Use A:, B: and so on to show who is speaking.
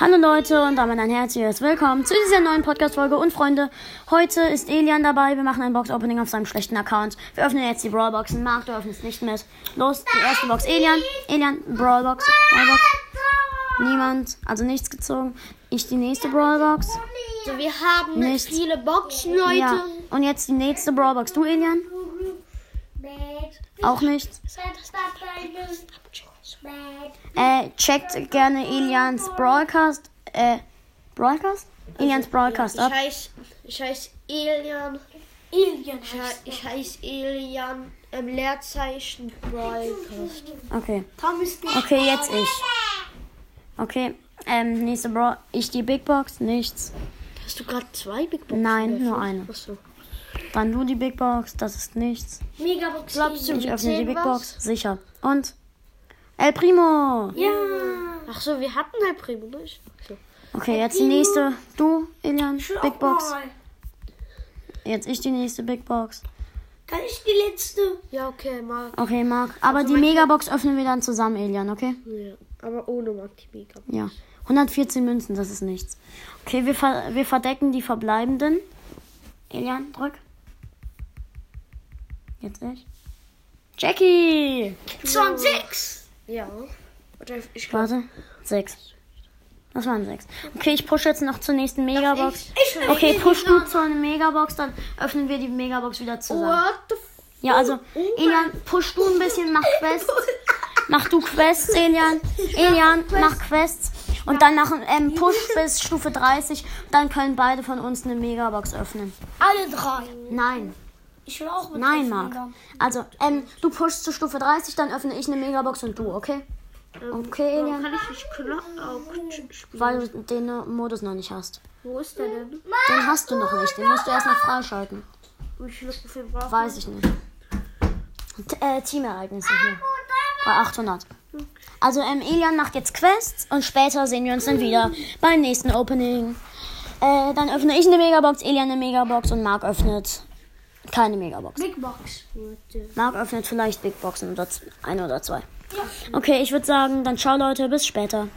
A: Hallo Leute und damit ein herzliches Willkommen zu dieser neuen Podcast-Folge. Und Freunde, heute ist Elian dabei. Wir machen ein Box-Opening auf seinem schlechten Account. Wir öffnen jetzt die Brawl-Boxen. Marc, du öffnest nicht mit. Los, die erste Box. Elian, Elian, Brawl-Box. Brawl-Box. Niemand, also nichts gezogen. Ich die nächste Brawl-Box.
B: So, wir haben
A: Nichts.
B: viele Boxen, Leute.
A: Ja. Und jetzt die nächste Brawl-Box. Du, Elian? Auch nichts. Äh, checkt gerne Elians Broadcast. Äh, Broadcast? Elians Broadcast
B: Ich
A: ab.
B: heiße ich heiß Elian. Elian ich, hei- ich heiße Elian im Leerzeichen Broadcast.
A: Okay. Okay, jetzt ich. Okay, ähm, nächste Bro. Ich die Big Box, nichts.
B: Hast du gerade zwei Big Boxen?
A: Nein,
B: geöffnet?
A: nur eine.
B: Achso.
A: Dann du die Big Box, das ist nichts.
B: Megabox. Glaubst du,
A: Ich
B: wir
A: öffne die
B: zählen
A: Big
B: was?
A: Box, sicher. Und? El Primo!
B: Achso, wir hatten halt Primo durch. So.
A: Okay, jetzt die nächste. Du, Elian, Big Box. Jetzt ich die nächste Big Box.
C: Kann ich die letzte?
B: Ja, okay, mal.
A: Okay, Marc. Aber
B: Also
A: die Megabox öffnen wir dann zusammen, Elian, okay?
B: Ja, aber ohne mag die Megabox.
A: Ja. 114 Münzen, das ist nichts. Okay, wir, ver wir verdecken die verbleibenden. Elian, drück. Jetzt ich. Jackie!
C: 20!
B: Ja. Oder ich glaube.
A: Warte. Sechs. Das waren sechs. Okay, ich pushe jetzt noch zur nächsten Megabox.
C: Ich
A: Okay, push du zur Megabox, dann öffnen wir die Megabox wieder
C: Oh,
A: zusammen.
B: What the f
A: Ja, also, Elian, push du ein bisschen, mach Quests. Mach du Quests, Elian. Elian, mach Quests. Und dann nach ähm, Push bis Stufe 30. Dann können beide von uns eine Megabox öffnen.
C: Alle drei.
A: Nein,
C: Ich will auch mit
A: nein,
C: dem
A: Marc.
C: Finger.
A: Also, ähm, du pushst zu Stufe 30, dann öffne ich eine Megabox und du, okay?
C: Ähm,
A: Okay,
B: Warum
A: Elian.
B: kann ich nicht Knockout spielen?
A: Weil du den äh, Modus noch nicht hast.
B: Wo ist der denn?
A: Den hast du noch nicht. Den musst du erst noch freischalten.
B: Wie viele Trophäen brauchen
A: Weiß ich nicht. T äh, Teamereignisse hier. Bei 800. Also, ähm, Elian macht jetzt Quests und später sehen wir uns dann wieder beim nächsten Opening. Äh, dann öffne ich eine Megabox, Elian eine Megabox und Marc öffnet keine Megabox.
C: Big Box.
A: Marc öffnet vielleicht Big Boxen oder z- eine oder zwei. Okay, ich würde sagen, dann ciao Leute, bis später.